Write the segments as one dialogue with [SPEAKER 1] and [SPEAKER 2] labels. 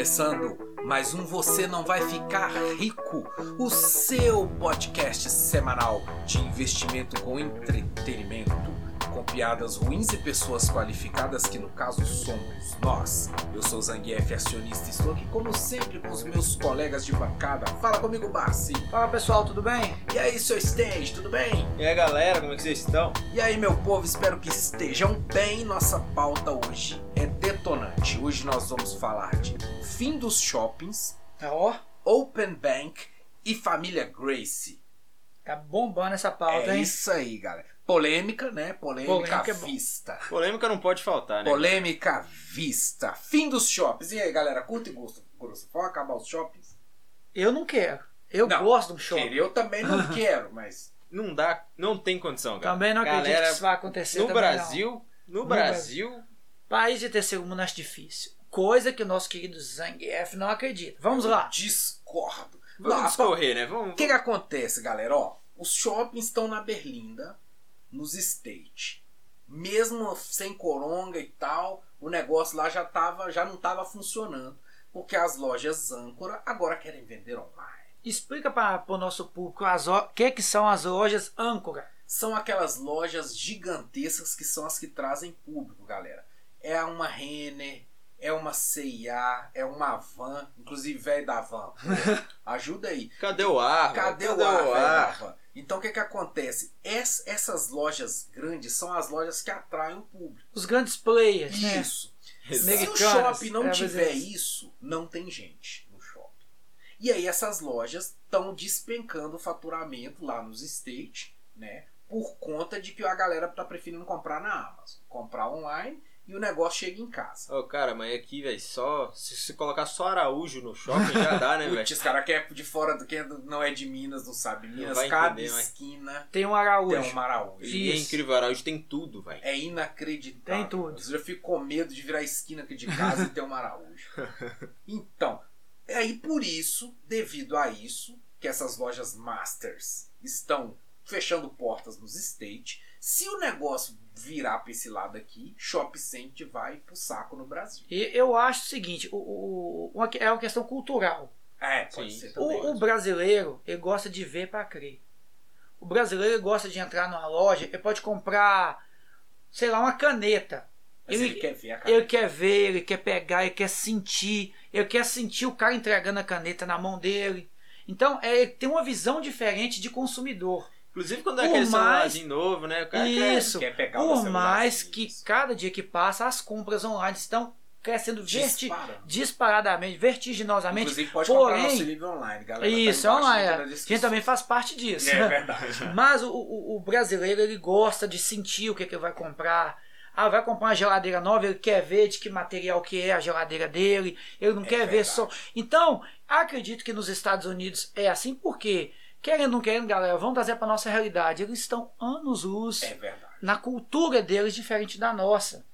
[SPEAKER 1] Começando mais um Você Não Vai Ficar Rico, o seu podcast semanal de investimento com entretenimento, com piadas ruins e pessoas qualificadas que no caso somos nós. Eu sou Zangief, acionista e estou aqui como sempre com os meus colegas de bancada. Fala comigo, Barsi.
[SPEAKER 2] Fala pessoal, tudo bem?
[SPEAKER 1] E aí, seu Stage, tudo bem?
[SPEAKER 2] E aí galera, como é que vocês estão?
[SPEAKER 1] E aí, meu povo, espero que estejam bem. Nossa pauta hoje é detonante. Hoje nós vamos falar de fim dos shoppings,
[SPEAKER 2] Tá ó,
[SPEAKER 1] Open Bank e família Grace.
[SPEAKER 2] tá bombando essa pauta,
[SPEAKER 1] É
[SPEAKER 2] hein?
[SPEAKER 1] isso aí, galera. Polêmica, né? Polêmica,
[SPEAKER 2] Polêmica
[SPEAKER 1] à
[SPEAKER 2] é bom.
[SPEAKER 1] vista.
[SPEAKER 3] Polêmica não pode faltar, né?
[SPEAKER 1] Polêmica à vista. Fim dos shoppings. E aí, galera, curta e gosto. Grosso. Vão acabar os shoppings?
[SPEAKER 2] Eu não quero. Eu
[SPEAKER 1] Não,
[SPEAKER 2] gosto de um shopping.
[SPEAKER 1] Querer, eu também não quero, mas.
[SPEAKER 3] Não dá, não tem condição, cara.
[SPEAKER 2] Também não acredito
[SPEAKER 3] Galera,
[SPEAKER 2] que isso vai acontecer.
[SPEAKER 3] No
[SPEAKER 2] também não.
[SPEAKER 3] Brasil, no,
[SPEAKER 2] No
[SPEAKER 3] Brasil,
[SPEAKER 2] País de terceiro mundo acho difícil. Coisa que o nosso querido Zangief não acredita. Vamos lá.
[SPEAKER 1] Discordo.
[SPEAKER 3] vamos
[SPEAKER 1] Não, a pa-
[SPEAKER 3] discorrer, né? Vamos.
[SPEAKER 1] O que, que acontece, galera? Ó, os shoppings estão na Berlinda, nos States. Mesmo sem coronga e tal, o negócio lá já, tava, já não estava funcionando. Porque as lojas âncora agora querem vender online.
[SPEAKER 2] Explica para o nosso público as o que, que são as lojas âncora.
[SPEAKER 1] São aquelas lojas gigantescas que são as que trazem público, galera. É uma Renner, é uma CIA, é uma Van, inclusive velho da Van. Ajuda aí.
[SPEAKER 3] Cadê o ar?
[SPEAKER 1] Cadê
[SPEAKER 3] velho?
[SPEAKER 1] o ar, velho? Rafa? Então o que que acontece? Es- essas lojas grandes são as lojas que atraem o público.
[SPEAKER 2] Os grandes players, né?
[SPEAKER 1] Isso. Se o
[SPEAKER 2] Americanas,
[SPEAKER 1] shopping não
[SPEAKER 2] é, mas
[SPEAKER 1] tiver
[SPEAKER 2] eles-
[SPEAKER 1] isso, não tem gente no shopping. E aí essas lojas estão despencando o faturamento lá nos States, né? Por conta de que a galera tá preferindo comprar na Amazon, comprar online e o negócio chega em casa.
[SPEAKER 3] Ô, cara, mas aqui, velho, só. Se, se colocar só Araújo no shopping já dá, né,
[SPEAKER 1] Putz,
[SPEAKER 3] velho?
[SPEAKER 1] esse cara que é de fora do que não é de Minas, não sabe Minas,
[SPEAKER 3] vai
[SPEAKER 1] cada
[SPEAKER 3] entender, mas-
[SPEAKER 1] esquina
[SPEAKER 2] Tem um Araújo.
[SPEAKER 1] tem um Maraújo.
[SPEAKER 3] E é
[SPEAKER 2] Isso.
[SPEAKER 3] incrível, Araújo tem tudo, velho.
[SPEAKER 1] É inacreditável.
[SPEAKER 2] Tem tudo.
[SPEAKER 1] Eu já fico com medo de virar a esquina aqui de casa e ter um Araújo. Então, é aí por isso, devido a isso, que essas lojas masters estão fechando portas nos States. Se o negócio virar para esse lado aqui, Shop Center vai pro saco no Brasil.
[SPEAKER 2] E eu acho o seguinte, o- o- o- uma que- é uma questão cultural.
[SPEAKER 1] É, pode
[SPEAKER 3] Sim,
[SPEAKER 1] ser também.
[SPEAKER 2] O, o brasileiro, ele gosta de ver para crer. O brasileiro ele gosta de entrar numa loja, ele pode comprar, sei lá, uma caneta.
[SPEAKER 1] Mas ele,
[SPEAKER 2] ele-
[SPEAKER 1] quer ver a cara.
[SPEAKER 2] Ele quer ver, ele quer pegar, ele quer sentir, ele quer sentir o cara entregando a caneta na mão dele. Então, é, ele tem uma visão diferente de consumidor.
[SPEAKER 3] Inclusive quando é
[SPEAKER 2] Por
[SPEAKER 3] aquele
[SPEAKER 2] mais-
[SPEAKER 3] celularzinho novo, né? O cara quer-
[SPEAKER 2] Isso.
[SPEAKER 1] quer pegar o
[SPEAKER 2] Por
[SPEAKER 1] celular,
[SPEAKER 2] mais
[SPEAKER 1] assim,
[SPEAKER 2] que
[SPEAKER 1] isso.
[SPEAKER 2] cada dia que passa, as compras online estão crescendo verti
[SPEAKER 1] Disparando.
[SPEAKER 2] disparadamente, vertiginosamente.
[SPEAKER 1] Inclusive pode comprar nosso
[SPEAKER 2] Porém,
[SPEAKER 1] livro online, galera. Tá
[SPEAKER 2] isso,
[SPEAKER 1] embaixo,
[SPEAKER 2] online.
[SPEAKER 1] tá na
[SPEAKER 2] A gente
[SPEAKER 1] descrição.
[SPEAKER 2] também faz parte disso.
[SPEAKER 1] É verdade.
[SPEAKER 2] Mas o, o- o brasileiro ele gosta de sentir o que, que ele vai comprar. Ah, vai comprar uma geladeira nova, ele quer ver de que material que é a geladeira dele, ele não
[SPEAKER 1] É
[SPEAKER 2] quer ver só. Então, acredito que nos Estados Unidos é assim, porque, querendo ou não querendo, galera, vamos trazer para nossa realidade. Eles estão anos luz
[SPEAKER 1] É verdade.
[SPEAKER 2] na cultura deles diferente da nossa.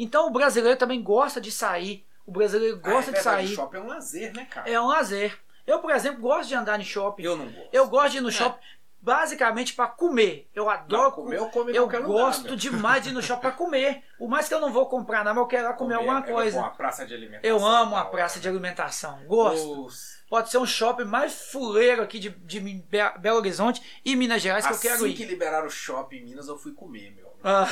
[SPEAKER 2] Então, o brasileiro também gosta de sair, o brasileiro gosta
[SPEAKER 1] Ah, é
[SPEAKER 2] de
[SPEAKER 1] verdade,
[SPEAKER 2] sair.
[SPEAKER 1] Shopping é um lazer, né, cara?
[SPEAKER 2] É um lazer. Eu, por exemplo, gosto de andar em shopping.
[SPEAKER 1] Eu não gosto.
[SPEAKER 2] Eu gosto de ir no shopping basicamente para comer. Eu
[SPEAKER 1] É.
[SPEAKER 2] adoro
[SPEAKER 1] Não, comer, eu como em
[SPEAKER 2] Eu
[SPEAKER 1] qualquer lugar,
[SPEAKER 2] gosto
[SPEAKER 1] meu.
[SPEAKER 2] demais de ir no shopping para comer. O mais que eu não vou comprar, não, mas eu quero lá comer, alguma
[SPEAKER 1] é bom,
[SPEAKER 2] coisa.
[SPEAKER 1] a praça de alimentação.
[SPEAKER 2] Eu amo
[SPEAKER 1] tá
[SPEAKER 2] a
[SPEAKER 1] ótimo.
[SPEAKER 2] praça de alimentação. Gosto.
[SPEAKER 1] Os-
[SPEAKER 2] Pode ser um shopping mais fuleiro aqui de, de Min- Be- Belo Horizonte e Minas Gerais que eu quero
[SPEAKER 1] Assim
[SPEAKER 2] ir.
[SPEAKER 1] que liberaram o shopping em Minas, eu fui comer, meu.
[SPEAKER 2] Ah,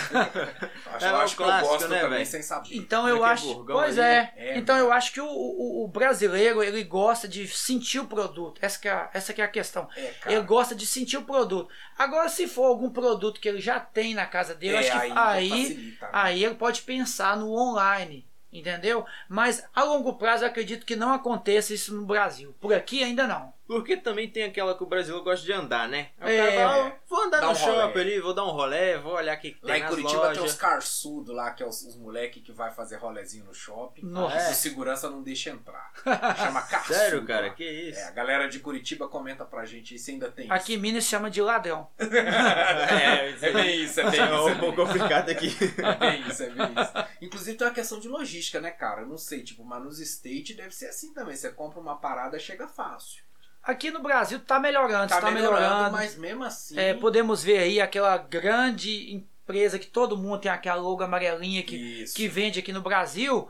[SPEAKER 1] Acho,
[SPEAKER 3] É, é o
[SPEAKER 1] acho que
[SPEAKER 3] clássico,
[SPEAKER 1] eu gosto
[SPEAKER 3] né,
[SPEAKER 1] também,
[SPEAKER 3] velho?
[SPEAKER 1] sem saber.
[SPEAKER 2] então eu
[SPEAKER 3] Aquele
[SPEAKER 2] acho.
[SPEAKER 3] burgão
[SPEAKER 2] Pois
[SPEAKER 3] ali,
[SPEAKER 2] é.
[SPEAKER 1] né? É,
[SPEAKER 2] Então
[SPEAKER 1] meu.
[SPEAKER 2] eu acho que o, o- o brasileiro ele gosta de sentir o produto. Essa que é, a- essa que é a questão.
[SPEAKER 1] É, cara.
[SPEAKER 2] Ele gosta de sentir o produto. Agora, se for algum produto que ele já tem na casa dele,
[SPEAKER 1] É,
[SPEAKER 2] acho que
[SPEAKER 1] aí,
[SPEAKER 2] aí,
[SPEAKER 1] já
[SPEAKER 2] aí,
[SPEAKER 1] facilita, né?
[SPEAKER 2] ele pode pensar no online, entendeu? Mas a longo prazo eu acredito que não aconteça isso no Brasil. Por aqui ainda não.
[SPEAKER 3] Porque também tem aquela que o brasileiro gosta de andar, né? Aí
[SPEAKER 2] É.
[SPEAKER 3] o cara fala, "Ah, vou andar
[SPEAKER 1] Dá
[SPEAKER 3] no
[SPEAKER 1] um
[SPEAKER 3] shopping
[SPEAKER 1] rolê."
[SPEAKER 3] ali, vou dar um rolê, vou olhar o que, que
[SPEAKER 1] Lá
[SPEAKER 3] tem
[SPEAKER 1] em
[SPEAKER 3] nas
[SPEAKER 1] Curitiba
[SPEAKER 3] lojas.
[SPEAKER 1] tem os carçudos lá, que é os, os moleques que vai fazer rolezinho no shopping.
[SPEAKER 2] Nossa.
[SPEAKER 1] Mas O segurança não deixa entrar. Chama carçudo.
[SPEAKER 3] Sério, cara,
[SPEAKER 1] lá.
[SPEAKER 3] que isso?
[SPEAKER 1] É, a galera de Curitiba comenta pra gente isso ainda tem
[SPEAKER 2] Aqui em Minas chama de ladrão.
[SPEAKER 1] É, é bem isso, é bem
[SPEAKER 3] um
[SPEAKER 1] isso. é bem isso.
[SPEAKER 3] complicado aqui.
[SPEAKER 1] É bem isso, é bem isso. Inclusive tem uma questão de logística, né, cara? Eu não sei, tipo, mas nos State deve ser assim também. Você compra uma parada, chega fácil.
[SPEAKER 2] Aqui no Brasil tá melhorando,
[SPEAKER 1] Tá,
[SPEAKER 2] está
[SPEAKER 1] melhorando,
[SPEAKER 2] melhorando.
[SPEAKER 1] mas mesmo assim.
[SPEAKER 2] É, podemos ver aí aquela grande empresa que todo mundo tem aquela logo amarelinha que,
[SPEAKER 1] isso.
[SPEAKER 2] que vende aqui no Brasil.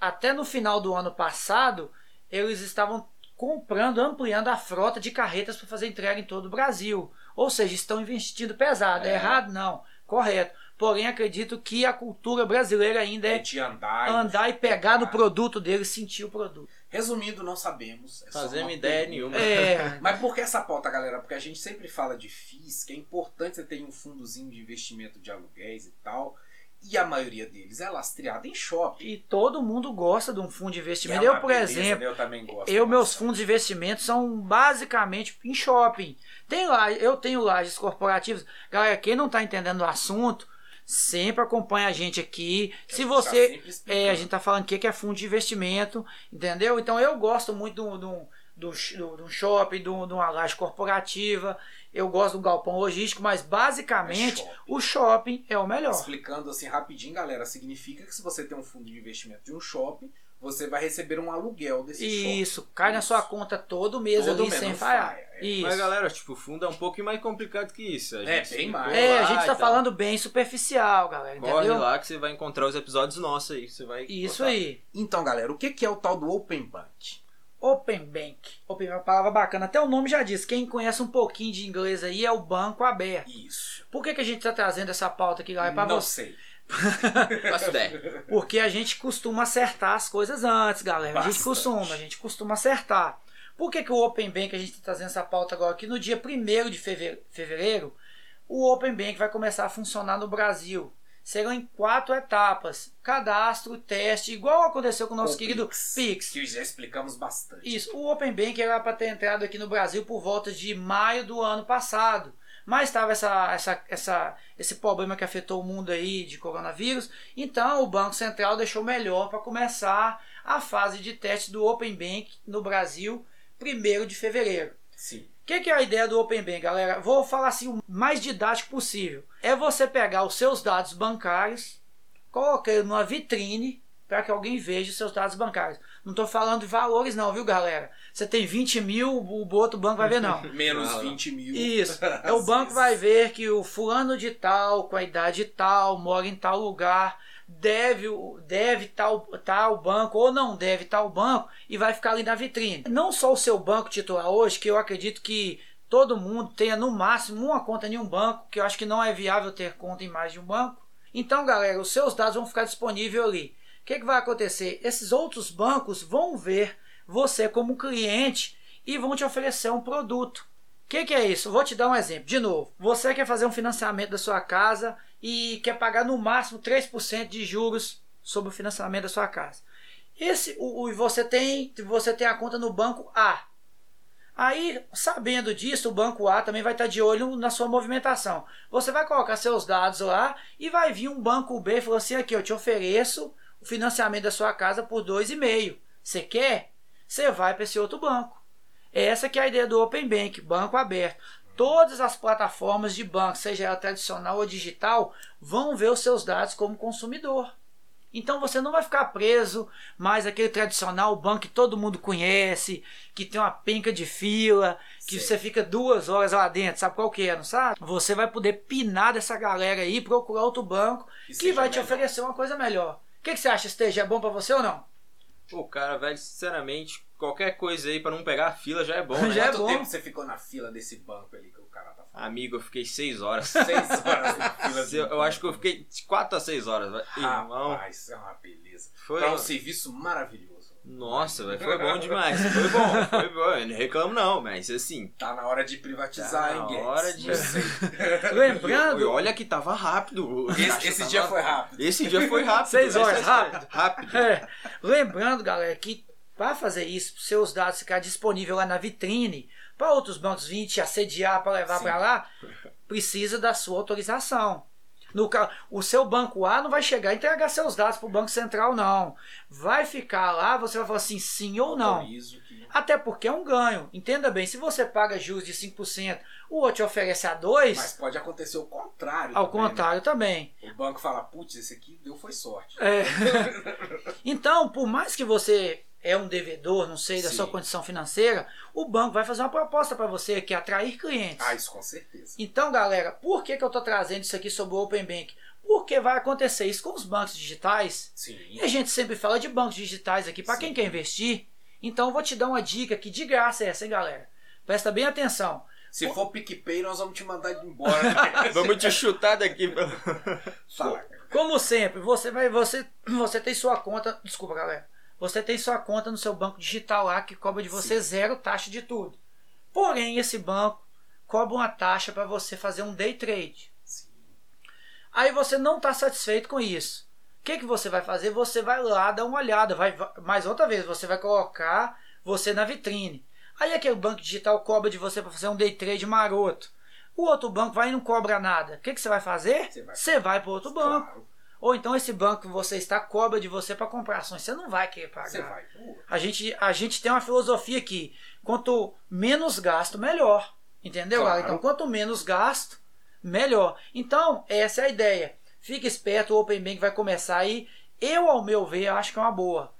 [SPEAKER 2] até no final do ano passado, eles estavam comprando, ampliando a frota de carretas para fazer entrega em todo o Brasil. Ou seja, estão investindo pesado. É,
[SPEAKER 1] É.
[SPEAKER 2] errado? Não. Correto. Porém, acredito que a cultura brasileira ainda
[SPEAKER 1] É
[SPEAKER 2] é
[SPEAKER 1] de andar.
[SPEAKER 2] andar e pegar no produto dele, sentir o produto.
[SPEAKER 1] Resumindo, não sabemos. É só
[SPEAKER 3] Fazemos
[SPEAKER 1] uma
[SPEAKER 3] ideia
[SPEAKER 1] pergunta.
[SPEAKER 3] nenhuma.
[SPEAKER 2] É.
[SPEAKER 1] Mas por que essa pauta, galera? Porque a gente sempre fala de FIIs, que é importante você ter um fundozinho de investimento de aluguéis e tal. E a maioria deles é lastreada em shopping.
[SPEAKER 2] E todo mundo gosta de um fundo de
[SPEAKER 1] Que é
[SPEAKER 2] investimento.
[SPEAKER 1] uma
[SPEAKER 2] eu, por
[SPEAKER 1] beleza,
[SPEAKER 2] exemplo,
[SPEAKER 1] né? eu também gosto.
[SPEAKER 2] Eu, meus
[SPEAKER 1] bastante.
[SPEAKER 2] fundos de investimento são basicamente em shopping. Tem lá, eu tenho lajes corporativas. Galera, quem não tá entendendo o assunto, sempre acompanha a gente aqui. Se
[SPEAKER 1] Eu vou ficar
[SPEAKER 2] você.
[SPEAKER 1] sempre explicando.
[SPEAKER 2] É, a gente tá falando o que que é fundo de investimento, entendeu? Então eu gosto muito do. do um, do, sh- do, do shopping, de uma laje corporativa, eu gosto do galpão logístico, mas basicamente
[SPEAKER 1] É shopping.
[SPEAKER 2] o shopping é o melhor.
[SPEAKER 1] Explicando assim rapidinho, galera, significa que se você tem um fundo de investimento de um shopping, você vai receber um aluguel desse shopping.
[SPEAKER 2] Isso, cai na sua conta todo mês
[SPEAKER 1] Todo
[SPEAKER 2] ali
[SPEAKER 1] mês,
[SPEAKER 2] sem
[SPEAKER 1] não
[SPEAKER 2] falhar.
[SPEAKER 1] falha, é.
[SPEAKER 2] Isso.
[SPEAKER 3] Mas galera, tipo, o fundo é um pouco mais complicado que isso. A
[SPEAKER 1] É,
[SPEAKER 3] gente
[SPEAKER 1] bem
[SPEAKER 3] explicou
[SPEAKER 1] mais.
[SPEAKER 2] É, a
[SPEAKER 3] lá
[SPEAKER 2] gente tá
[SPEAKER 3] e tal.
[SPEAKER 2] falando bem superficial, galera,
[SPEAKER 3] Ah, então. Corre
[SPEAKER 2] entendeu?
[SPEAKER 3] lá que você vai encontrar os episódios nossos aí. que Você vai
[SPEAKER 2] Isso
[SPEAKER 3] botar.
[SPEAKER 2] aí.
[SPEAKER 1] Então, galera, o que que é o tal do Open Bank?
[SPEAKER 2] Open Bank. Open é uma palavra bacana. Até o nome já diz. Quem conhece um pouquinho de inglês aí é o banco aberto.
[SPEAKER 1] Isso.
[SPEAKER 2] Por que, que a gente tá trazendo essa pauta aqui, galera, é pra
[SPEAKER 1] não
[SPEAKER 2] você?
[SPEAKER 1] sei.
[SPEAKER 3] Faço ideia.
[SPEAKER 2] Porque a gente costuma acertar as coisas antes, galera. A gente
[SPEAKER 1] Bastante.
[SPEAKER 2] costuma, a gente costuma acertar. Por que, que o Open Bank, a gente está trazendo essa pauta agora aqui, no dia 1 de feve- fevereiro, o Open Bank vai começar a funcionar no Brasil. Serão em quatro etapas: cadastro, teste, igual aconteceu com o nosso
[SPEAKER 1] Com o
[SPEAKER 2] querido
[SPEAKER 1] Pix.
[SPEAKER 2] Pix.
[SPEAKER 1] Que já explicamos bastante.
[SPEAKER 2] Isso, o Open Bank era para ter entrado aqui no Brasil por volta de maio do ano passado. Mas estava essa, essa, essa, esse problema que afetou o mundo aí de coronavírus. Então o Banco Central deixou melhor para começar a fase de teste do Open Bank no Brasil, 1 de fevereiro.
[SPEAKER 1] Sim.
[SPEAKER 2] O que, que é a ideia do Open Bank, galera? Vou falar assim o mais didático possível. É você pegar os seus dados bancários, colocar ele numa vitrine para que alguém veja os seus dados bancários. Não estou falando de valores, não, viu, galera? Você tem 20 mil, o outro banco vai ver, não.
[SPEAKER 1] Menos
[SPEAKER 3] Não, não.
[SPEAKER 1] 20 mil.
[SPEAKER 2] Isso. É o
[SPEAKER 1] Às
[SPEAKER 2] banco
[SPEAKER 1] vezes.
[SPEAKER 2] vai ver que o fulano de tal, com a idade tal, mora em tal lugar, deve o- deve tal tal banco ou não deve tal banco e vai ficar ali na vitrine. Não só o seu banco titular hoje, que eu acredito que todo mundo tenha no máximo uma conta em um banco, que eu acho que não é viável ter conta em mais de um banco. Então, galera, os seus dados vão ficar disponíveis ali. O que, que vai acontecer? Esses outros bancos vão ver você como cliente e vão te oferecer um produto. O que, que é isso? Vou te dar um exemplo. De novo, você quer fazer um financiamento da sua casa e quer pagar no máximo 3% de juros sobre o financiamento da sua casa. Esse, o, o- e você tem, você tem a conta no banco A. Aí, sabendo disso, o banco A também vai estar de olho na sua movimentação. Você vai colocar seus dados lá e vai vir um banco B e falou assim: aqui, eu te ofereço o financiamento da sua casa por 2,5. Você quer? Você vai para esse outro banco. Essa que é a ideia do Open Bank, banco aberto. Todas as plataformas de banco, seja ela tradicional ou digital, vão ver os seus dados como consumidor. Então você não vai ficar preso mais aquele tradicional banco que todo mundo conhece, que tem uma penca de fila, que
[SPEAKER 1] Sei.
[SPEAKER 2] você fica duas horas lá dentro, sabe qual que é, não sabe? Você vai poder pinar dessa galera aí, procurar outro banco que
[SPEAKER 1] seja
[SPEAKER 2] vai te
[SPEAKER 1] melhor.
[SPEAKER 2] oferecer uma coisa melhor. O que, que você acha, Esteja? É bom pra você ou não?
[SPEAKER 3] Pô, cara, velho, sinceramente, qualquer coisa aí pra não pegar a fila já é bom, né?
[SPEAKER 2] Já é
[SPEAKER 1] Quanto
[SPEAKER 2] bom.
[SPEAKER 1] tempo você ficou na fila desse banco ali que o cara tá falando?
[SPEAKER 3] Amigo, eu fiquei seis horas.
[SPEAKER 1] Seis horas na fila.
[SPEAKER 3] eu, eu acho que eu fiquei de quatro a seis horas, velho. Irmão,
[SPEAKER 1] Rapaz, isso é uma beleza.
[SPEAKER 3] foi...
[SPEAKER 1] Tá um serviço maravilhoso.
[SPEAKER 3] Nossa, velho, foi bom demais. Foi bom, foi bom. Eu não reclamo não, mas assim...
[SPEAKER 1] Tá na hora de privatizar,
[SPEAKER 3] Tá na
[SPEAKER 1] hein, Guedes?
[SPEAKER 3] hora de-
[SPEAKER 1] Não sei. É,
[SPEAKER 3] E
[SPEAKER 2] Lembrando,
[SPEAKER 3] olha que tava rápido. o
[SPEAKER 1] Esse,
[SPEAKER 3] caixa
[SPEAKER 1] esse
[SPEAKER 2] tá
[SPEAKER 3] tava-
[SPEAKER 1] dia foi rápido.
[SPEAKER 3] Esse dia foi rápido.
[SPEAKER 2] Seis
[SPEAKER 3] essa
[SPEAKER 2] horas,
[SPEAKER 3] é a história.
[SPEAKER 2] rápido.
[SPEAKER 3] Rápido.
[SPEAKER 2] É. Lembrando, galera, que para fazer isso, seus dados ficar disponível lá na vitrine, para outros bancos virem te assediar para levar
[SPEAKER 1] Sim.
[SPEAKER 2] para lá, precisa da sua autorização. No ca- o seu banco A não vai chegar e entregar seus dados para o Banco Central, não. Vai ficar lá, você vai falar assim, sim ou não.
[SPEAKER 1] Autorizo que-
[SPEAKER 2] Até porque é um ganho. Entenda bem, se você paga juros de 5%, o outro te oferece a 2,
[SPEAKER 1] Mas pode acontecer o contrário.
[SPEAKER 2] ao
[SPEAKER 1] também, né?
[SPEAKER 2] contrário também.
[SPEAKER 1] O banco fala, putz, esse aqui deu foi sorte.
[SPEAKER 2] É. Então, por mais que você é um devedor, não sei da
[SPEAKER 1] Sim.
[SPEAKER 2] sua condição financeira, o banco vai fazer uma proposta para você que é atrair clientes.
[SPEAKER 1] Ah, isso com certeza.
[SPEAKER 2] Então, galera, por que, que eu estou trazendo isso aqui sobre o Open Bank? Porque vai acontecer isso com os bancos digitais.
[SPEAKER 1] Sim.
[SPEAKER 2] E a gente sempre fala de bancos digitais aqui para
[SPEAKER 1] Sim.
[SPEAKER 2] quem quer investir. Então, eu vou te dar uma dica aqui de graça é essa, hein, galera? Presta bem atenção.
[SPEAKER 1] Se for PicPay, nós vamos te mandar embora.
[SPEAKER 3] Vamos te chutar daqui. pelo-
[SPEAKER 1] Fala, cara.
[SPEAKER 2] Como sempre, você vai, você, você tem sua conta, desculpa, galera. Você tem sua conta no seu banco digital lá que cobra de você zero taxa de tudo. Porém, esse banco cobra uma taxa para você fazer um day trade.
[SPEAKER 1] Sim.
[SPEAKER 2] Aí você não está satisfeito com isso. O que, que você vai fazer? Você vai lá dar uma olhada. Vai, vai- mais outra vez, você vai colocar você na vitrine. Aí aquele banco digital cobra de você para fazer um day trade maroto. O outro banco vai e não cobra nada. O que, que você vai fazer?
[SPEAKER 1] Você vai-
[SPEAKER 2] Você vai para outro banco.
[SPEAKER 1] Claro,
[SPEAKER 2] Ou então esse banco que você está cobra de você para comprar ações. Você não vai querer pagar.
[SPEAKER 1] você vai. Pô,
[SPEAKER 2] A, gente, a gente tem uma filosofia que quanto menos gasto, melhor. Entendeu,
[SPEAKER 1] Claro.
[SPEAKER 2] galera? Então, quanto menos gasto, melhor. Então, essa é a ideia. Fique esperto, o Open Bank vai começar aí. Eu, ao meu ver, acho que é uma boa.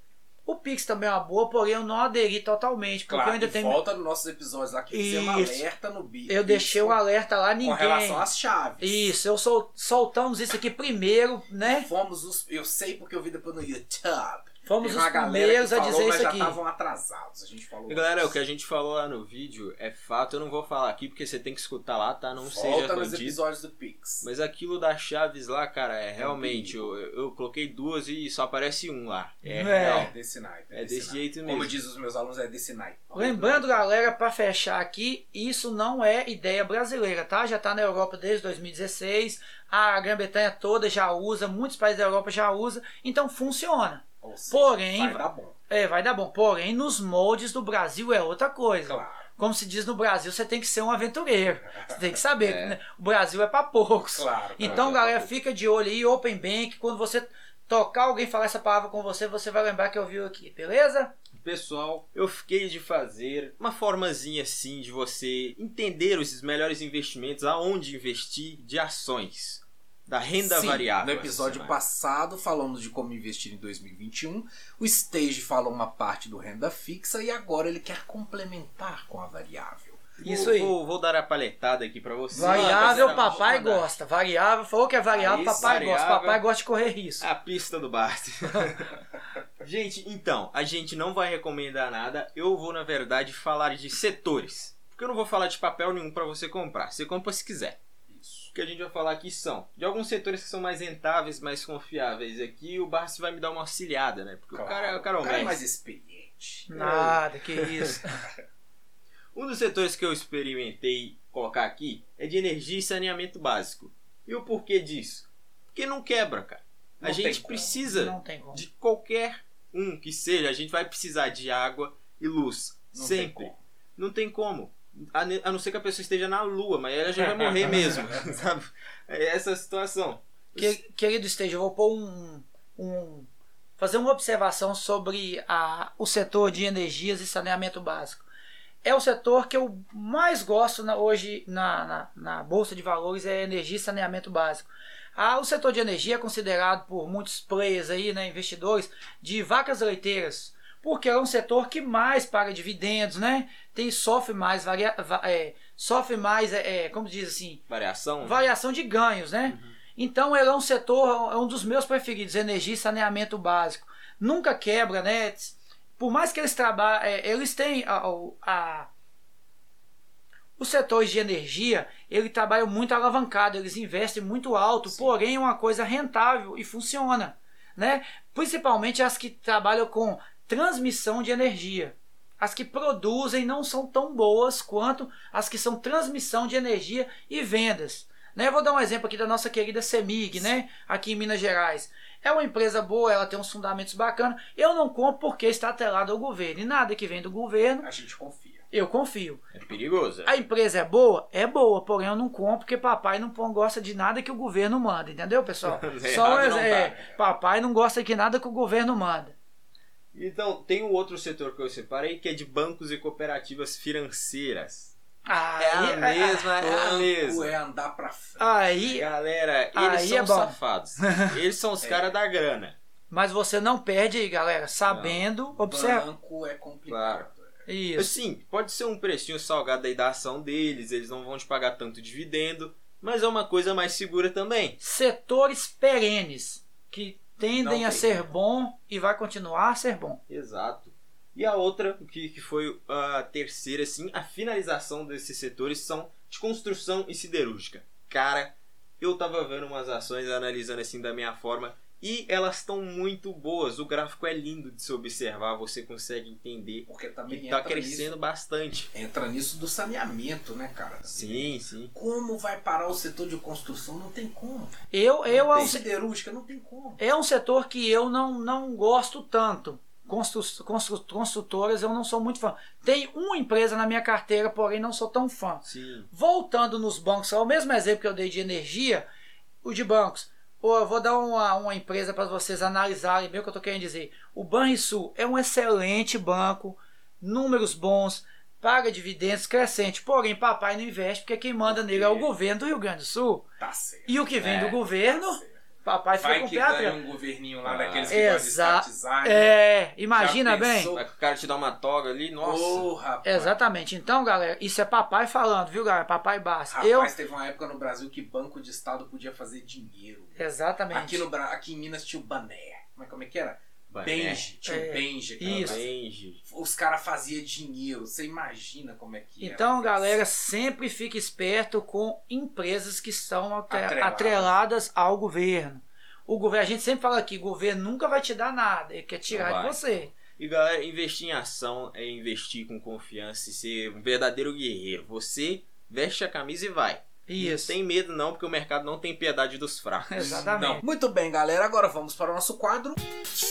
[SPEAKER 2] O Pix também é uma boa, porém eu não aderi totalmente, porque
[SPEAKER 1] Claro,
[SPEAKER 2] eu ainda
[SPEAKER 1] e
[SPEAKER 2] tenho.
[SPEAKER 1] volta nos nossos episódios lá que fizemos
[SPEAKER 2] Isso.
[SPEAKER 1] alerta no bico.
[SPEAKER 2] Eu deixei o alerta lá, ninguém.
[SPEAKER 1] Com relação às chaves.
[SPEAKER 2] Isso, eu sol... soltamos isso aqui primeiro, né?
[SPEAKER 1] Fomos os. Eu sei porque eu vi depois no YouTube.
[SPEAKER 2] Fomos
[SPEAKER 1] Teve
[SPEAKER 2] os
[SPEAKER 1] uma galera que
[SPEAKER 2] primeiros a
[SPEAKER 1] falou,
[SPEAKER 2] dizer
[SPEAKER 1] mas
[SPEAKER 2] isso
[SPEAKER 1] já
[SPEAKER 2] aqui.
[SPEAKER 1] estavam atrasados. A gente falou.
[SPEAKER 3] Galera, o
[SPEAKER 1] antes.
[SPEAKER 3] que a gente falou lá no vídeo é fato. Eu não vou falar aqui porque você tem que escutar lá, tá? Não seja
[SPEAKER 1] Volta nos
[SPEAKER 3] bandido.
[SPEAKER 1] episódios do Pix.
[SPEAKER 3] Mas aquilo das chaves lá, cara, é realmente. Eu, eu coloquei duas e só aparece um lá. É,
[SPEAKER 2] É.
[SPEAKER 3] real.
[SPEAKER 1] É desse naipe.
[SPEAKER 3] É desse
[SPEAKER 1] naipe.
[SPEAKER 3] jeito
[SPEAKER 1] Como
[SPEAKER 3] mesmo.
[SPEAKER 1] diz os meus alunos, é desse naipe.
[SPEAKER 2] Lembrando, galera, para fechar aqui, isso não é ideia brasileira, tá? Já tá na Europa desde 2016, a Grã-Bretanha toda já usa, muitos países da Europa já usam, então funciona.
[SPEAKER 1] Ou seja,
[SPEAKER 2] Porém,
[SPEAKER 1] vai dar bom.
[SPEAKER 2] É, vai dar bom. Porém, nos moldes do Brasil é outra coisa.
[SPEAKER 1] Claro,
[SPEAKER 2] Como se diz no Brasil, você tem que ser um aventureiro. Você tem que saber,
[SPEAKER 3] É.
[SPEAKER 2] né? o Brasil é para poucos.
[SPEAKER 1] claro. É,
[SPEAKER 2] Então, galera, fica de olho aí, Open Bank, quando você tocar alguém falar essa palavra com você, você vai lembrar que eu ouviu aqui, beleza?
[SPEAKER 3] Pessoal, eu fiquei de fazer uma formazinha assim de você entender os melhores investimentos, aonde investir de ações, da renda
[SPEAKER 1] Sim,
[SPEAKER 3] variável.
[SPEAKER 1] No episódio
[SPEAKER 3] essa semana.
[SPEAKER 1] passado, falamos de como investir em 2021. O Stage falou uma parte do renda fixa e agora ele quer complementar com a variável.
[SPEAKER 2] Isso
[SPEAKER 3] Vou-
[SPEAKER 2] aí.
[SPEAKER 3] Vou, vou dar a palhetada aqui pra você.
[SPEAKER 2] Variável,
[SPEAKER 3] Manda,
[SPEAKER 2] é papai
[SPEAKER 3] manda.
[SPEAKER 2] gosta. Variável, falou que é variável,
[SPEAKER 3] Aí,
[SPEAKER 2] papai gosta.
[SPEAKER 3] variável. É.
[SPEAKER 2] Papai gosta de correr risco.
[SPEAKER 3] A pista do Bart. gente, então, a gente não vai recomendar nada. Eu vou, na verdade, falar de setores. Porque eu não vou falar de papel nenhum pra você comprar. Você compra se quiser.
[SPEAKER 1] Isso.
[SPEAKER 3] O que a gente vai falar aqui são de alguns setores que são mais rentáveis, mais confiáveis. Aqui o Bart vai me dar uma auxiliada, né? Porque o cara, o cara é o
[SPEAKER 1] é
[SPEAKER 3] mestre.
[SPEAKER 1] mais experiente.
[SPEAKER 2] Nada, que isso.
[SPEAKER 3] Um dos setores que eu experimentei colocar aqui é de energia e saneamento básico. E o porquê disso? Porque não quebra, cara. A
[SPEAKER 1] Não tem
[SPEAKER 3] gente
[SPEAKER 1] como.
[SPEAKER 3] precisa
[SPEAKER 2] Não tem como.
[SPEAKER 3] de qualquer um que seja, a gente vai precisar de água e luz.
[SPEAKER 1] Não tem
[SPEAKER 3] sempre.
[SPEAKER 1] como.
[SPEAKER 3] Não tem como. A ne- a não ser que a pessoa esteja na lua, mas aí ela já vai morrer mesmo. Sabe? É essa a situação.
[SPEAKER 2] Que- Querido Esteja, eu vou pôr um, um- fazer uma observação sobre a- o setor de energias e saneamento básico. É o setor que eu mais gosto na- hoje na, na- na Bolsa de Valores, é energia e saneamento básico. Ah, o setor de energia é considerado por muitos players aí, né, investidores, de vacas leiteiras, porque é um setor que mais paga dividendos, né? Tem, sofre mais, varia- va- é, sofre mais, é, é, como diz assim,
[SPEAKER 3] Variação?
[SPEAKER 2] variação de ganhos, né? Então ele é um setor, é um dos meus preferidos, energia e saneamento básico. Nunca quebra, né? Por mais que eles trabalhem, eles têm a, a- os setores de energia, ele trabalha muito alavancado, eles investem muito alto,
[SPEAKER 1] Sim.
[SPEAKER 2] porém é uma coisa rentável e funciona, né? Principalmente as que trabalham com transmissão de energia. As que produzem não são tão boas quanto as que são transmissão de energia e vendas. Né? Vou dar um exemplo aqui da nossa querida Semig, né? Aqui em Minas Gerais. É uma empresa boa, ela tem uns fundamentos bacanas. Eu não compro porque está atrelado ao governo. E nada que vem do governo,
[SPEAKER 1] A gente confia.
[SPEAKER 2] eu confio.
[SPEAKER 3] É perigoso.
[SPEAKER 2] A empresa é boa? É boa, porém eu não compro porque papai não pô- gosta de nada que o governo manda, entendeu, pessoal?
[SPEAKER 3] É,
[SPEAKER 2] Só um
[SPEAKER 3] errado não
[SPEAKER 2] ex- é,
[SPEAKER 3] tá.
[SPEAKER 2] papai não gosta de nada que o governo manda.
[SPEAKER 3] Então, tem um outro setor que eu separei que é de bancos e cooperativas financeiras.
[SPEAKER 2] Aí,
[SPEAKER 3] É a mesma, é a
[SPEAKER 1] Ah, Banco
[SPEAKER 3] mesma.
[SPEAKER 1] é andar pra frente.
[SPEAKER 2] Aí,
[SPEAKER 3] Galera, eles
[SPEAKER 2] Aí
[SPEAKER 3] são
[SPEAKER 2] é bom. É.
[SPEAKER 3] safados. Eles são os caras da grana.
[SPEAKER 2] Mas você não perde aí, galera, sabendo, observa.
[SPEAKER 1] Banco é complicado.
[SPEAKER 2] Isso.
[SPEAKER 3] Assim, pode ser um precinho salgado aí da ação deles, eles não vão te pagar tanto dividendo, mas é uma coisa mais segura também.
[SPEAKER 2] Setores perenes que tendem
[SPEAKER 1] Não tem.
[SPEAKER 2] a ser bom e vai continuar a ser bom.
[SPEAKER 3] Exato. E a outra, que, que foi a terceira, assim, a finalização desses setores são de construção e siderúrgica. Cara, eu tava vendo umas ações, analisando assim da minha forma, e elas estão muito boas. O gráfico é lindo de se observar, você consegue entender.
[SPEAKER 1] é, Porque também
[SPEAKER 3] E tá
[SPEAKER 1] entra
[SPEAKER 3] crescendo bastante.
[SPEAKER 1] Nisso, entra nisso do saneamento, né, cara?
[SPEAKER 3] Sim, sim.
[SPEAKER 1] Como vai parar o setor de construção? Não tem como.
[SPEAKER 2] Eu, eu é um,
[SPEAKER 1] Tem siderúrgica, não tem como.
[SPEAKER 2] é um setor que eu não, não gosto tanto. Constru- constru- Construtoras eu não sou muito fã. Tem uma empresa na minha carteira, porém não sou tão fã.
[SPEAKER 3] Sim.
[SPEAKER 2] Voltando nos bancos, ao mesmo exemplo que eu dei de energia, o de bancos. Pô, eu vou dar uma, uma empresa para vocês analisarem bem o que eu estou querendo dizer. O Banrisul é um excelente banco, números bons, paga dividendos crescente. Porém, papai não investe porque quem manda nele é o governo do Rio Grande do Sul.
[SPEAKER 1] Tá certo.
[SPEAKER 2] E o que vem
[SPEAKER 3] É.
[SPEAKER 2] do
[SPEAKER 1] Tá
[SPEAKER 2] governo, papai fica
[SPEAKER 1] Vai
[SPEAKER 2] com o
[SPEAKER 1] que
[SPEAKER 2] pé atrás.
[SPEAKER 1] ganha um governinho lá
[SPEAKER 3] Ah.
[SPEAKER 1] daqueles que
[SPEAKER 2] tá? Exa-
[SPEAKER 1] gostam de estatizar. né?
[SPEAKER 2] É, imagina
[SPEAKER 1] Já
[SPEAKER 2] bem.
[SPEAKER 1] pensou?
[SPEAKER 3] Vai que o cara te dá uma toga ali, nossa.
[SPEAKER 1] Ô, rapaz.
[SPEAKER 2] Exatamente. Então, galera, isso é papai falando, viu, galera? Papai Barça. Eu.
[SPEAKER 1] Rapaz, teve uma época no Brasil que banco de estado podia fazer dinheiro.
[SPEAKER 2] Exatamente.
[SPEAKER 1] Aqui, no, Bra- aqui em Minas tinha o Bané. Mas como é que era?
[SPEAKER 3] né?
[SPEAKER 1] Benji. Tinha
[SPEAKER 2] É.
[SPEAKER 1] o Benji. aquela
[SPEAKER 2] Isso.
[SPEAKER 3] Benji.
[SPEAKER 1] os caras faziam dinheiro. Você imagina como é que era.
[SPEAKER 2] Então, galera, sempre fique esperto com empresas que estão ate-
[SPEAKER 1] Atreladas.
[SPEAKER 2] atreladas ao governo. O governo, a gente sempre fala aqui, o governo nunca vai te dar nada, ele quer tirar
[SPEAKER 3] Não
[SPEAKER 2] de
[SPEAKER 3] vai.
[SPEAKER 2] você.
[SPEAKER 3] E galera, investir em ação é investir com confiança e ser um verdadeiro guerreiro. Você veste a camisa e vai.
[SPEAKER 2] Isso.
[SPEAKER 3] Não tem medo não, porque o mercado não tem piedade dos fracos.
[SPEAKER 2] Exatamente.
[SPEAKER 1] Não. Muito bem, galera. Agora vamos para o nosso quadro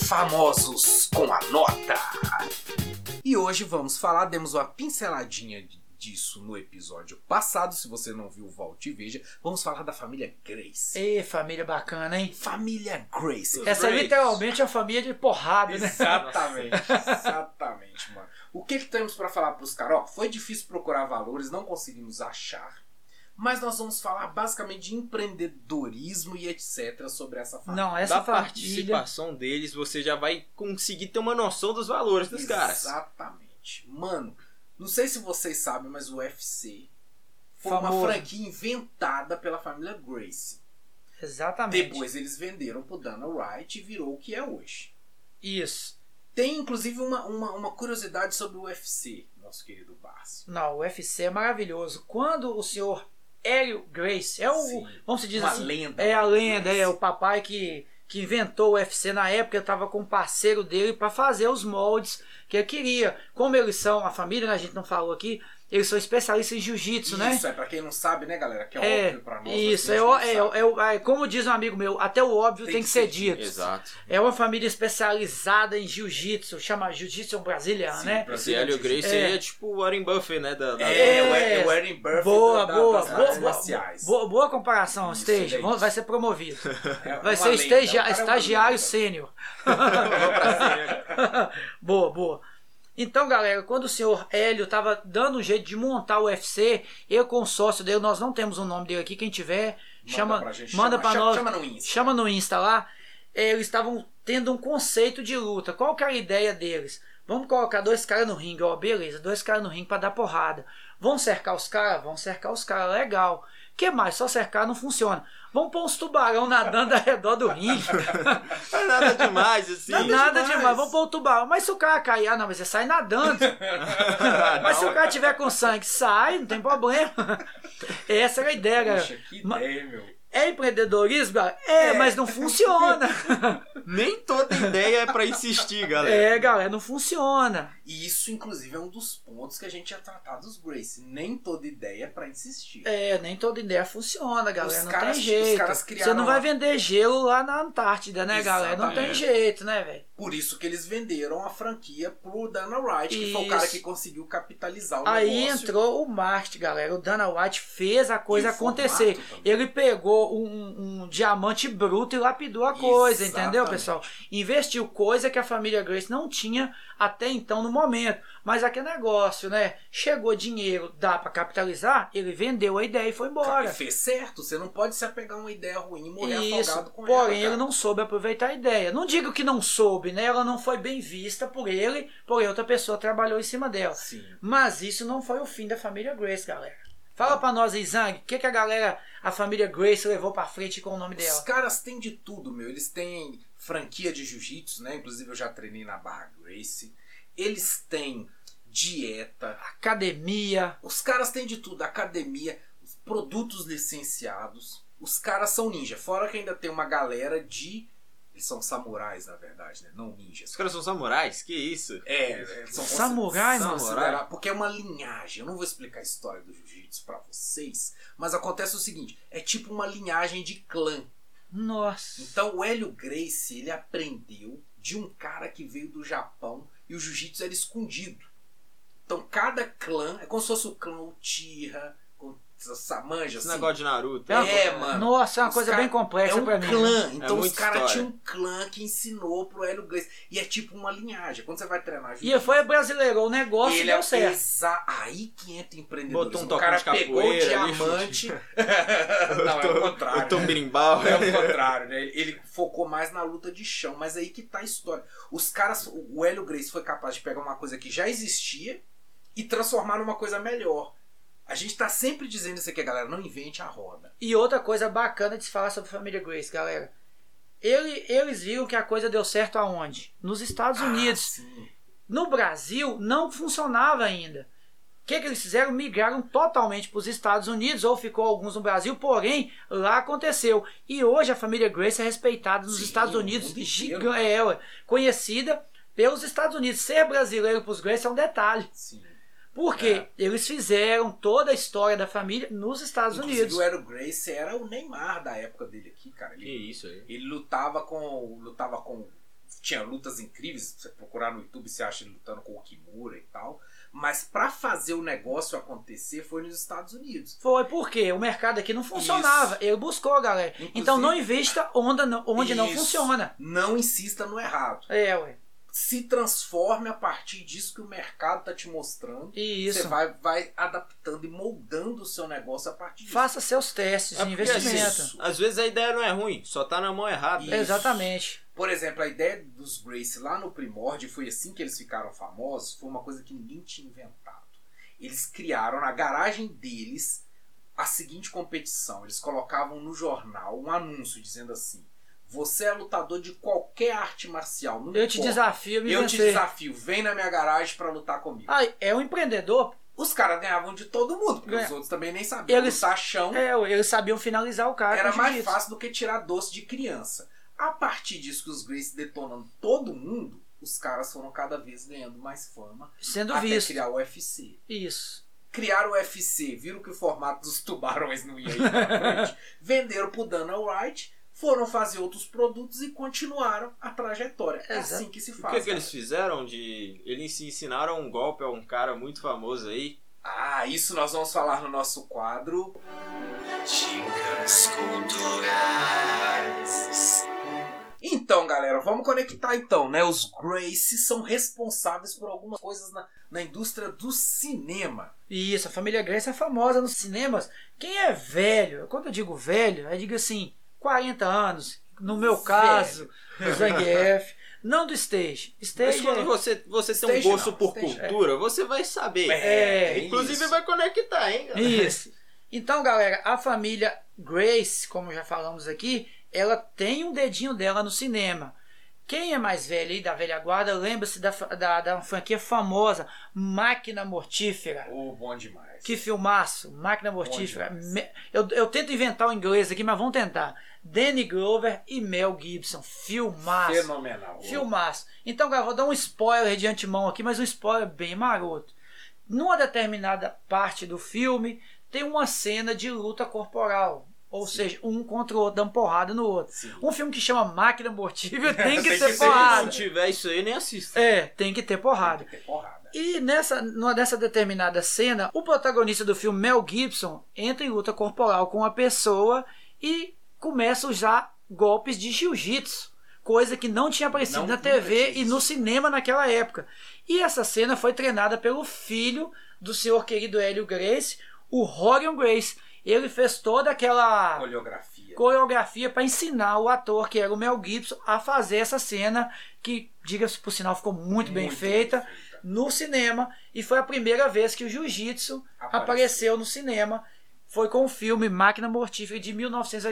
[SPEAKER 1] Famosos com a Nota. E hoje vamos falar, demos uma pinceladinha de- disso no episódio passado. Se você não viu, volte e veja. Vamos falar da família Grace.
[SPEAKER 2] Ê, família bacana, hein?
[SPEAKER 1] Família Grace.
[SPEAKER 3] Os
[SPEAKER 2] Essa é
[SPEAKER 3] Grays.
[SPEAKER 2] literalmente é uma família de porrada, né?
[SPEAKER 1] Exatamente, exatamente, mano. O que, que temos pra falar pros caras? Ó, foi difícil procurar valores, não conseguimos achar. Mas nós vamos falar basicamente de empreendedorismo e etc. sobre essa família.
[SPEAKER 2] Não, essa
[SPEAKER 3] da
[SPEAKER 2] família.
[SPEAKER 3] participação deles, você já vai conseguir ter uma noção dos valores dos caras.
[SPEAKER 1] Exatamente. Mano, não sei se vocês sabem, mas o UFC foi uma
[SPEAKER 2] Famoso.
[SPEAKER 1] franquia inventada pela família Grace.
[SPEAKER 2] Exatamente.
[SPEAKER 1] Depois eles venderam pro Dana Wright e virou o que é hoje.
[SPEAKER 2] Isso.
[SPEAKER 1] Tem inclusive uma, uma, uma curiosidade sobre o UFC, nosso querido Barça.
[SPEAKER 2] Não, o UFC é maravilhoso. Quando o senhor Hélio Grace, é o.
[SPEAKER 1] Sim.
[SPEAKER 2] Vamos se dizer
[SPEAKER 1] Uma
[SPEAKER 2] assim.
[SPEAKER 1] lenda.
[SPEAKER 2] É a lenda,
[SPEAKER 1] Grace.
[SPEAKER 2] é o papai que, que inventou o UFC na época, eu tava com um parceiro dele para fazer os moldes que ele queria. Como eles são, a família, né, a gente não falou aqui, eles são especialistas em jiu-jitsu, né?
[SPEAKER 1] Isso, é pra quem não sabe, né, galera? Que é,
[SPEAKER 2] É,
[SPEAKER 1] óbvio pra nós. mas
[SPEAKER 2] Isso, é,
[SPEAKER 1] a gente
[SPEAKER 2] o-
[SPEAKER 1] não
[SPEAKER 2] é,
[SPEAKER 1] sabe.
[SPEAKER 2] é o- é como diz um amigo meu, até o óbvio tem, que ser dito.
[SPEAKER 3] Exato.
[SPEAKER 2] É uma família especializada em jiu-jitsu, chama jiu-jitsu brasileiro,
[SPEAKER 1] Sim,
[SPEAKER 2] né?
[SPEAKER 1] pra
[SPEAKER 3] Esse
[SPEAKER 1] ser
[SPEAKER 3] Hélio
[SPEAKER 1] dito.
[SPEAKER 3] Grace seria tipo o Warren Buffett, né? Da, da-
[SPEAKER 1] É,
[SPEAKER 2] É.
[SPEAKER 1] o Ed- é o Warren Buffett
[SPEAKER 2] Boa,
[SPEAKER 1] da- da-
[SPEAKER 2] boa,
[SPEAKER 1] das
[SPEAKER 2] boa,
[SPEAKER 1] artes
[SPEAKER 2] boa,
[SPEAKER 1] marciais.
[SPEAKER 2] boa, boa comparação,
[SPEAKER 1] Isso,
[SPEAKER 2] Esteja.
[SPEAKER 1] é
[SPEAKER 2] Vamos-
[SPEAKER 1] isso.
[SPEAKER 2] Vai ser promovido.
[SPEAKER 1] É uma
[SPEAKER 2] Vai ser
[SPEAKER 1] lenda,
[SPEAKER 2] estagia-
[SPEAKER 1] o cara é uma
[SPEAKER 2] estagiário
[SPEAKER 1] lenda.
[SPEAKER 2] sênior.
[SPEAKER 3] Vamos pra cima.
[SPEAKER 2] boa, boa. Então, galera, quando o senhor Hélio tava dando um jeito de montar o UFC, eu com o sócio dele, nós não temos o nome dele aqui, quem tiver, chama,
[SPEAKER 1] pra gente,
[SPEAKER 2] manda
[SPEAKER 1] chama-
[SPEAKER 2] pra
[SPEAKER 1] chama-
[SPEAKER 2] nós,
[SPEAKER 1] Chama no Insta.
[SPEAKER 2] chama no Insta lá. É, eles estavam tendo um conceito de luta. Qual que era a ideia deles? Vamos colocar dois caras no ringue, ó, beleza, dois caras no ringue pra dar porrada. Vão cercar os caras? Vão cercar os caras, legal. que mais? Só cercar não funciona. Vamos pôr uns tubarão nadando ao redor do ringue.
[SPEAKER 3] Não é nada demais, assim.
[SPEAKER 2] Não é nada
[SPEAKER 1] demais.
[SPEAKER 2] demais. vamos pôr o tubarão. Mas se o cara cair, ah, não, mas você sai nadando. mas se o cara tiver com sangue, sai, não tem problema. Essa era a ideia, galera.
[SPEAKER 1] Poxa, que
[SPEAKER 2] Ma-
[SPEAKER 1] ideia, meu.
[SPEAKER 2] É empreendedorismo, galera? É,
[SPEAKER 1] É.
[SPEAKER 2] mas não funciona.
[SPEAKER 3] Nem toda ideia é pra insistir, galera.
[SPEAKER 2] é, galera, não funciona.
[SPEAKER 1] E isso, inclusive, é um dos pontos que a gente ia tratar dos Grace. Nem toda ideia é pra insistir.
[SPEAKER 2] É, nem toda ideia funciona, galera.
[SPEAKER 1] Os
[SPEAKER 2] não
[SPEAKER 1] caras-
[SPEAKER 2] tem
[SPEAKER 1] os
[SPEAKER 2] jeito.
[SPEAKER 1] caras
[SPEAKER 2] Você não
[SPEAKER 1] criaram
[SPEAKER 2] vai
[SPEAKER 1] lá-
[SPEAKER 2] vender gelo lá na Antártida, né, galera? Não tem
[SPEAKER 1] Exatamente.
[SPEAKER 2] jeito, né, velho?
[SPEAKER 1] Por isso que eles venderam a franquia pro Dana Wright, que foi o
[SPEAKER 2] Isso.
[SPEAKER 1] cara que conseguiu capitalizar o
[SPEAKER 2] Aí
[SPEAKER 1] É um negócio.
[SPEAKER 2] entrou o marketing, galera. O Dana White fez a coisa
[SPEAKER 1] E o
[SPEAKER 2] acontecer.
[SPEAKER 1] formato também.
[SPEAKER 2] Ele pegou pegou um, um diamante bruto e lapidou a coisa, entendeu,
[SPEAKER 3] Exatamente.
[SPEAKER 2] pessoal? Investiu coisa que a família Grace não tinha até então no momento. Mas aquele negócio, né? Chegou dinheiro, dá pra capitalizar, ele vendeu a ideia e foi
[SPEAKER 1] Cara,
[SPEAKER 2] embora.
[SPEAKER 1] fez certo, você não pode se apegar a uma ideia ruim e morrer
[SPEAKER 2] Isso,
[SPEAKER 1] afogado com ela.
[SPEAKER 2] porém ele
[SPEAKER 1] cara.
[SPEAKER 2] não soube aproveitar a ideia. Não digo que não soube, né? Ela não foi bem vista por ele, porém outra pessoa trabalhou em cima dela.
[SPEAKER 1] Sim.
[SPEAKER 2] Mas isso não foi o fim da família Grace, galera. Fala pra nós, Izang, o que, que a galera, a família Grace levou pra frente com o nome
[SPEAKER 1] Os
[SPEAKER 2] dela?
[SPEAKER 1] caras têm de tudo, meu. Eles têm franquia de jiu-jitsu, né? Inclusive eu já treinei na Barra Grace. Eles têm dieta.
[SPEAKER 2] Academia,
[SPEAKER 1] Os caras têm de tudo. Academia, os produtos licenciados. Os caras são ninja. Fora que ainda tem uma galera de... Eles são samurais, na verdade, né? Não ninjas.
[SPEAKER 3] Os caras são samurais? Que isso?
[SPEAKER 1] É, é, são
[SPEAKER 2] Samurai,
[SPEAKER 1] são
[SPEAKER 2] mano.
[SPEAKER 1] considerados- Porque é uma linhagem. Eu não vou explicar a história do jiu-jitsu pra vocês, mas acontece o seguinte: é tipo uma linhagem de clã.
[SPEAKER 2] nossa.
[SPEAKER 1] Então o Hélio Gracie, ele aprendeu de um cara que veio do Japão e o jiu-jitsu era escondido. Então cada clã, é como se fosse o clã Uchiha, com essa manja
[SPEAKER 3] Esse
[SPEAKER 1] assim.
[SPEAKER 3] negócio de Naruto.
[SPEAKER 2] É,
[SPEAKER 1] mano.
[SPEAKER 2] Nossa, é uma
[SPEAKER 1] Os
[SPEAKER 2] coisa
[SPEAKER 1] cara-
[SPEAKER 2] bem
[SPEAKER 1] É
[SPEAKER 2] complexa
[SPEAKER 1] um
[SPEAKER 2] pra mim. né?
[SPEAKER 1] clã, então os
[SPEAKER 3] né? muita
[SPEAKER 1] caras
[SPEAKER 3] história.
[SPEAKER 1] tinham um clã que ensinou pro Hélio Gracie. E é tipo uma linhagem. Quando você vai treinar
[SPEAKER 2] E foi brasileiro, o negócio
[SPEAKER 1] ele é um
[SPEAKER 2] deu certo.
[SPEAKER 1] apesa- Aí que entra
[SPEAKER 3] um
[SPEAKER 1] empreendedorismo.
[SPEAKER 3] Botou um
[SPEAKER 1] o
[SPEAKER 3] toquinho
[SPEAKER 1] cara
[SPEAKER 3] de
[SPEAKER 1] pegou o
[SPEAKER 3] capoeira ali,
[SPEAKER 1] diamante.
[SPEAKER 3] Eu
[SPEAKER 1] Não, é
[SPEAKER 3] tô-
[SPEAKER 1] o contrário.
[SPEAKER 3] Eu tô
[SPEAKER 1] né?
[SPEAKER 3] berimbau.
[SPEAKER 1] É o contrário, né? Ele focou mais na luta de chão, mas aí que tá a história. Os caras, o Hélio Grace foi capaz de pegar uma coisa que já existia e transformar numa coisa melhor. A gente tá sempre dizendo isso aqui, galera, não invente a roda.
[SPEAKER 2] E outra coisa bacana de se falar sobre a família Grace, galera. Ele- eles viram que a coisa deu certo aonde? Nos Estados Unidos.
[SPEAKER 1] Ah, sim.
[SPEAKER 2] No Brasil não funcionava ainda. O que, que eles fizeram? Migraram totalmente para os Estados Unidos, ou ficou alguns no Brasil, porém lá aconteceu. E hoje a família Grace é respeitada nos
[SPEAKER 1] Sim,
[SPEAKER 2] Estados
[SPEAKER 1] no
[SPEAKER 2] Unidos,
[SPEAKER 1] mundo inteiro.
[SPEAKER 2] giga- é, ué, conhecida pelos Estados Unidos. Ser brasileiro para os Grace é um detalhe,
[SPEAKER 1] sim.
[SPEAKER 2] porque
[SPEAKER 1] É.
[SPEAKER 2] eles fizeram toda a história da família nos Estados
[SPEAKER 1] Inclusive,
[SPEAKER 2] Unidos.
[SPEAKER 1] o Hélio Grace era o Neymar da época dele aqui, cara. Ele
[SPEAKER 3] Que isso aí.
[SPEAKER 1] Ele lutava com. lutava com. Tinha lutas incríveis, se você procurar no YouTube, você acha ele lutando com o Kimura e tal. Mas pra fazer o negócio acontecer foi nos Estados Unidos.
[SPEAKER 2] Foi porque o mercado aqui não funcionava. Ele buscou, galera. então
[SPEAKER 1] Inclusive-
[SPEAKER 2] não invista onda no- onde não
[SPEAKER 1] Isso.
[SPEAKER 2] funciona.
[SPEAKER 1] Não insista no errado.
[SPEAKER 2] É, ué.
[SPEAKER 1] Se transforme a partir disso que o mercado tá te mostrando.
[SPEAKER 2] E
[SPEAKER 1] Você
[SPEAKER 2] isso.
[SPEAKER 1] vai, vai adaptando e moldando o seu negócio a partir disso.
[SPEAKER 2] Faça seus testes
[SPEAKER 3] É
[SPEAKER 2] de
[SPEAKER 3] porque,
[SPEAKER 2] investimento.
[SPEAKER 3] assim, às vezes a ideia não é ruim, só tá na mão errada.
[SPEAKER 1] Isso.
[SPEAKER 2] Exatamente.
[SPEAKER 1] Por exemplo, a ideia dos Grace lá no primórdio, foi assim que eles ficaram famosos, foi uma coisa que ninguém tinha inventado. Eles criaram na garagem deles a seguinte competição. Eles colocavam no jornal um anúncio dizendo assim: "Você é lutador de qualquer arte marcial, não
[SPEAKER 2] Eu te
[SPEAKER 1] importa.
[SPEAKER 2] desafio a me
[SPEAKER 1] Eu te
[SPEAKER 2] vencer.
[SPEAKER 1] desafio, vem na minha garagem pra lutar comigo."
[SPEAKER 2] Ah, é um empreendedor.
[SPEAKER 1] Os caras ganhavam de todo mundo, porque
[SPEAKER 2] Ganha-
[SPEAKER 1] os outros também nem sabiam
[SPEAKER 2] É. Eles-
[SPEAKER 1] lutar chão.
[SPEAKER 2] É, ué, eles sabiam finalizar o cara.
[SPEAKER 1] Era
[SPEAKER 2] com
[SPEAKER 1] mais
[SPEAKER 2] jiu-jitsu.
[SPEAKER 1] fácil do que tirar doce de criança. A partir disso que os Grace detonando todo mundo, os caras foram cada vez ganhando mais fama
[SPEAKER 2] Sendo
[SPEAKER 1] até
[SPEAKER 2] visto.
[SPEAKER 1] criar o UFC.
[SPEAKER 2] Isso.
[SPEAKER 1] Criaram o UFC, viram que o formato dos tubarões não ia ir pra frente, venderam pro Dana White, foram fazer outros produtos e continuaram a trajetória. É
[SPEAKER 2] Exato.
[SPEAKER 1] assim que se
[SPEAKER 3] O
[SPEAKER 1] faz.
[SPEAKER 3] que, que
[SPEAKER 1] cara.
[SPEAKER 3] eles fizeram de. Eles se ensinaram um golpe a um cara muito famoso aí.
[SPEAKER 1] Ah, isso nós vamos falar no nosso quadro. Dicas culturais. Então, galera, vamos conectar então, né? Os Grace são responsáveis por algumas coisas na, na indústria do cinema.
[SPEAKER 2] Isso, a família Grace é famosa nos cinemas. Quem é velho, quando eu digo velho, eu digo assim, 40 anos. No meu
[SPEAKER 1] Velho.
[SPEAKER 2] caso, o Zangief. Não do stage.
[SPEAKER 3] Mas
[SPEAKER 2] Stage
[SPEAKER 3] quando
[SPEAKER 2] é...
[SPEAKER 3] você, você tem um
[SPEAKER 1] Station,
[SPEAKER 3] gosto
[SPEAKER 1] não,
[SPEAKER 3] por
[SPEAKER 1] station.
[SPEAKER 3] cultura, você vai saber.
[SPEAKER 2] É,
[SPEAKER 3] Inclusive
[SPEAKER 1] isso.
[SPEAKER 3] vai conectar, hein, galera?
[SPEAKER 2] Isso. Então, galera, a família Grace, como já falamos aqui, ela tem um dedinho dela no cinema. Quem é mais velho aí da velha guarda lembra-se da, fa- da, da franquia famosa Máquina Mortífera.
[SPEAKER 1] Oh, bom demais.
[SPEAKER 2] Que filmaço, Máquina Mortífera.
[SPEAKER 1] demais.
[SPEAKER 2] Me- Eu, eu tento inventar o inglês aqui, mas vamos tentar. Danny Glover e Mel Gibson. Filmaço.
[SPEAKER 1] fenomenal.
[SPEAKER 2] Filmaço. Então, galera, vou dar um spoiler de antemão aqui, mas um spoiler bem maroto. Numa determinada parte do filme, tem uma cena de luta corporal. Ou seja, um contra o outro, dando porrada no outro.
[SPEAKER 1] Sim.
[SPEAKER 2] Um filme que chama Máquina Mortífera tem que
[SPEAKER 1] Tem
[SPEAKER 2] ser
[SPEAKER 1] que
[SPEAKER 3] Se não
[SPEAKER 2] porrada.
[SPEAKER 3] tiver isso aí, nem assista.
[SPEAKER 2] É, tem que ter
[SPEAKER 1] Tem
[SPEAKER 2] porrada.
[SPEAKER 1] que ter porrada.
[SPEAKER 2] E nessa, numa dessa determinada cena, o protagonista do filme, Mel Gibson, entra em luta corporal com uma pessoa e começam já golpes de jiu-jitsu, coisa que não tinha aparecido
[SPEAKER 3] Não,
[SPEAKER 2] na
[SPEAKER 3] nunca
[SPEAKER 2] TV
[SPEAKER 3] tinha
[SPEAKER 2] e no
[SPEAKER 3] isso.
[SPEAKER 2] cinema naquela época. E essa cena foi treinada pelo filho do senhor querido Hélio Grace, o Rorion Grace. Ele fez toda aquela
[SPEAKER 1] Coreografia.
[SPEAKER 2] coreografia para ensinar o ator, que era o Mel Gibson, a fazer essa cena, que, diga-se por sinal, ficou muito bem feita no cinema e foi a primeira vez que o jiu-jitsu
[SPEAKER 1] Apareceu.
[SPEAKER 2] apareceu. no cinema. Foi com o filme Máquina Mortífera de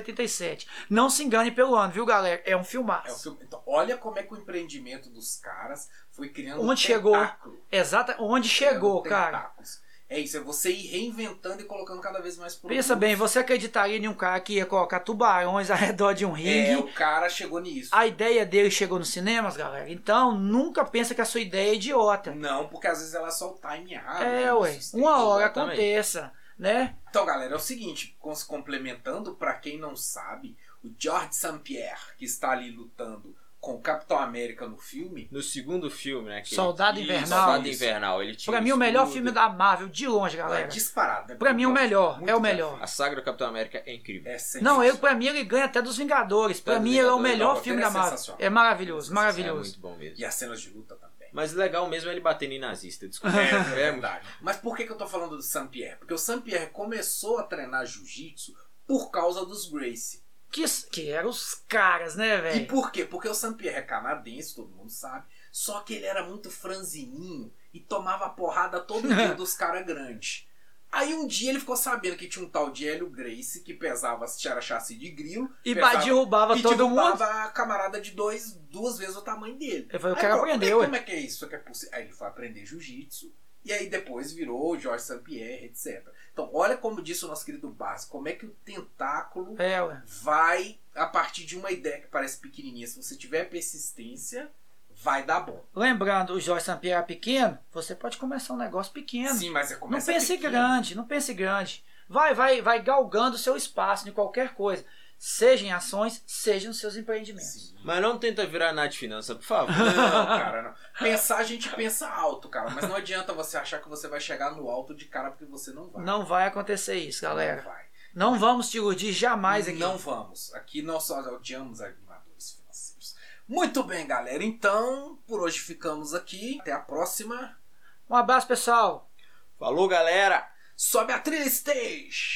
[SPEAKER 2] 1987. Não se engane pelo ano, viu, galera? É um filmaço.
[SPEAKER 1] É o filme- Então, olha como é que o empreendimento dos caras foi criando
[SPEAKER 2] Onde
[SPEAKER 1] um
[SPEAKER 2] chegou?
[SPEAKER 1] tentáculo.
[SPEAKER 2] Exata, onde
[SPEAKER 1] É um
[SPEAKER 2] chegou,
[SPEAKER 1] Criando
[SPEAKER 2] cara.
[SPEAKER 1] tentáculos. É isso, é você ir reinventando e colocando cada vez mais produtos.
[SPEAKER 2] Pensa bem, você acreditaria em um cara que ia colocar tubarões ao redor de um ringue?
[SPEAKER 1] É, o cara chegou nisso.
[SPEAKER 2] A ideia dele chegou nos cinemas, galera. Então, nunca pensa que a sua ideia é idiota.
[SPEAKER 1] Não, porque às vezes ela é só o time errado.
[SPEAKER 2] é,
[SPEAKER 1] né?
[SPEAKER 2] ué.
[SPEAKER 1] Isso tem
[SPEAKER 2] Uma
[SPEAKER 1] que-
[SPEAKER 2] hora
[SPEAKER 3] exatamente.
[SPEAKER 2] aconteça, né?
[SPEAKER 1] Então, galera, é o seguinte, com- se complementando, pra quem não sabe, o George St. Pierre, que está ali lutando com o Capitão América no filme,
[SPEAKER 3] No segundo filme, né? que-
[SPEAKER 2] Soldado
[SPEAKER 3] Isso,
[SPEAKER 2] Invernal.
[SPEAKER 3] Soldado Invernal. Ele tinha um
[SPEAKER 2] Pra mim, o
[SPEAKER 3] escudo.
[SPEAKER 2] melhor filme da Marvel, de longe, galera.
[SPEAKER 1] é disparado. né?
[SPEAKER 2] Pra mim, o melhor.
[SPEAKER 1] Muito
[SPEAKER 2] É o
[SPEAKER 1] bem
[SPEAKER 2] melhor.
[SPEAKER 1] feito.
[SPEAKER 3] A saga do Capitão América é incrível.
[SPEAKER 1] É
[SPEAKER 2] Não, eu,
[SPEAKER 1] sensacional.
[SPEAKER 2] pra mim ele ganha até dos Vingadores. Pra
[SPEAKER 3] Até dos
[SPEAKER 2] mim ele é o
[SPEAKER 3] Vingadores,
[SPEAKER 2] melhor
[SPEAKER 1] não,
[SPEAKER 2] filme
[SPEAKER 1] ele é
[SPEAKER 2] da Marvel.
[SPEAKER 1] sensacional.
[SPEAKER 2] É maravilhoso,
[SPEAKER 3] É muito
[SPEAKER 2] maravilhoso.
[SPEAKER 3] bom mesmo.
[SPEAKER 1] E as cenas de luta também.
[SPEAKER 3] Mas o legal mesmo é ele bater em nazista, desculpa.
[SPEAKER 1] É verdade. Mas por que, que eu tô falando do Saint Pierre? Porque o Saint Pierre começou a treinar jiu-jitsu por causa dos Gracie.
[SPEAKER 2] Que, que eram os caras, né,
[SPEAKER 1] E
[SPEAKER 2] velho?
[SPEAKER 1] por quê? Porque o Saint Pierre é canadense, todo mundo sabe. Só que ele era muito franzininho e tomava porrada todo dia dos caras grandes. Aí um dia ele ficou sabendo que tinha um tal de Hélio Grace que pesava, era chassi de grilo.
[SPEAKER 2] E
[SPEAKER 1] pesava-
[SPEAKER 2] ba- derrubava
[SPEAKER 1] e
[SPEAKER 2] todo
[SPEAKER 1] derrubava
[SPEAKER 2] mundo.
[SPEAKER 1] a camarada de dois, duas vezes o tamanho dele.
[SPEAKER 2] Ele falou, eu
[SPEAKER 1] Aí
[SPEAKER 2] quero
[SPEAKER 1] falou,
[SPEAKER 2] aprender,
[SPEAKER 1] como é,
[SPEAKER 2] ué.
[SPEAKER 1] como é que é isso? Que é possi- Aí ele foi aprender jiu-jitsu. E aí depois virou o Jorge St. Pierre, etc. Então, olha como disse o nosso querido Bas, como é que o tentáculo
[SPEAKER 2] É, ué.
[SPEAKER 1] vai a partir de uma ideia que parece pequenininha. Se você tiver persistência, vai dar bom.
[SPEAKER 2] Lembrando, o Jorge Sampier era pequeno, você pode começar um negócio pequeno.
[SPEAKER 1] Sim, mas é
[SPEAKER 2] não
[SPEAKER 1] começa
[SPEAKER 2] pense
[SPEAKER 1] pequeno.
[SPEAKER 2] grande, não pense grande. Vai, vai, vai galgando o seu espaço em qualquer coisa. Seja em ações, seja nos seus empreendimentos.
[SPEAKER 1] Sim.
[SPEAKER 3] Mas não tenta virar Nath Finança, por favor.
[SPEAKER 1] Não, cara, não. Pensar, a gente pensa alto, cara. Mas não adianta você achar que você vai chegar no alto de cara, porque você não vai.
[SPEAKER 2] Não vai acontecer isso, galera.
[SPEAKER 1] Não vai.
[SPEAKER 2] Não vamos te iludir jamais aqui.
[SPEAKER 1] Não vamos. Aqui nós só odiamos animadores financeiros. Muito bem, galera. Então, por hoje ficamos aqui. Até a próxima.
[SPEAKER 2] Um abraço, pessoal.
[SPEAKER 3] Falou, galera!
[SPEAKER 1] Sobe a trilha, stage!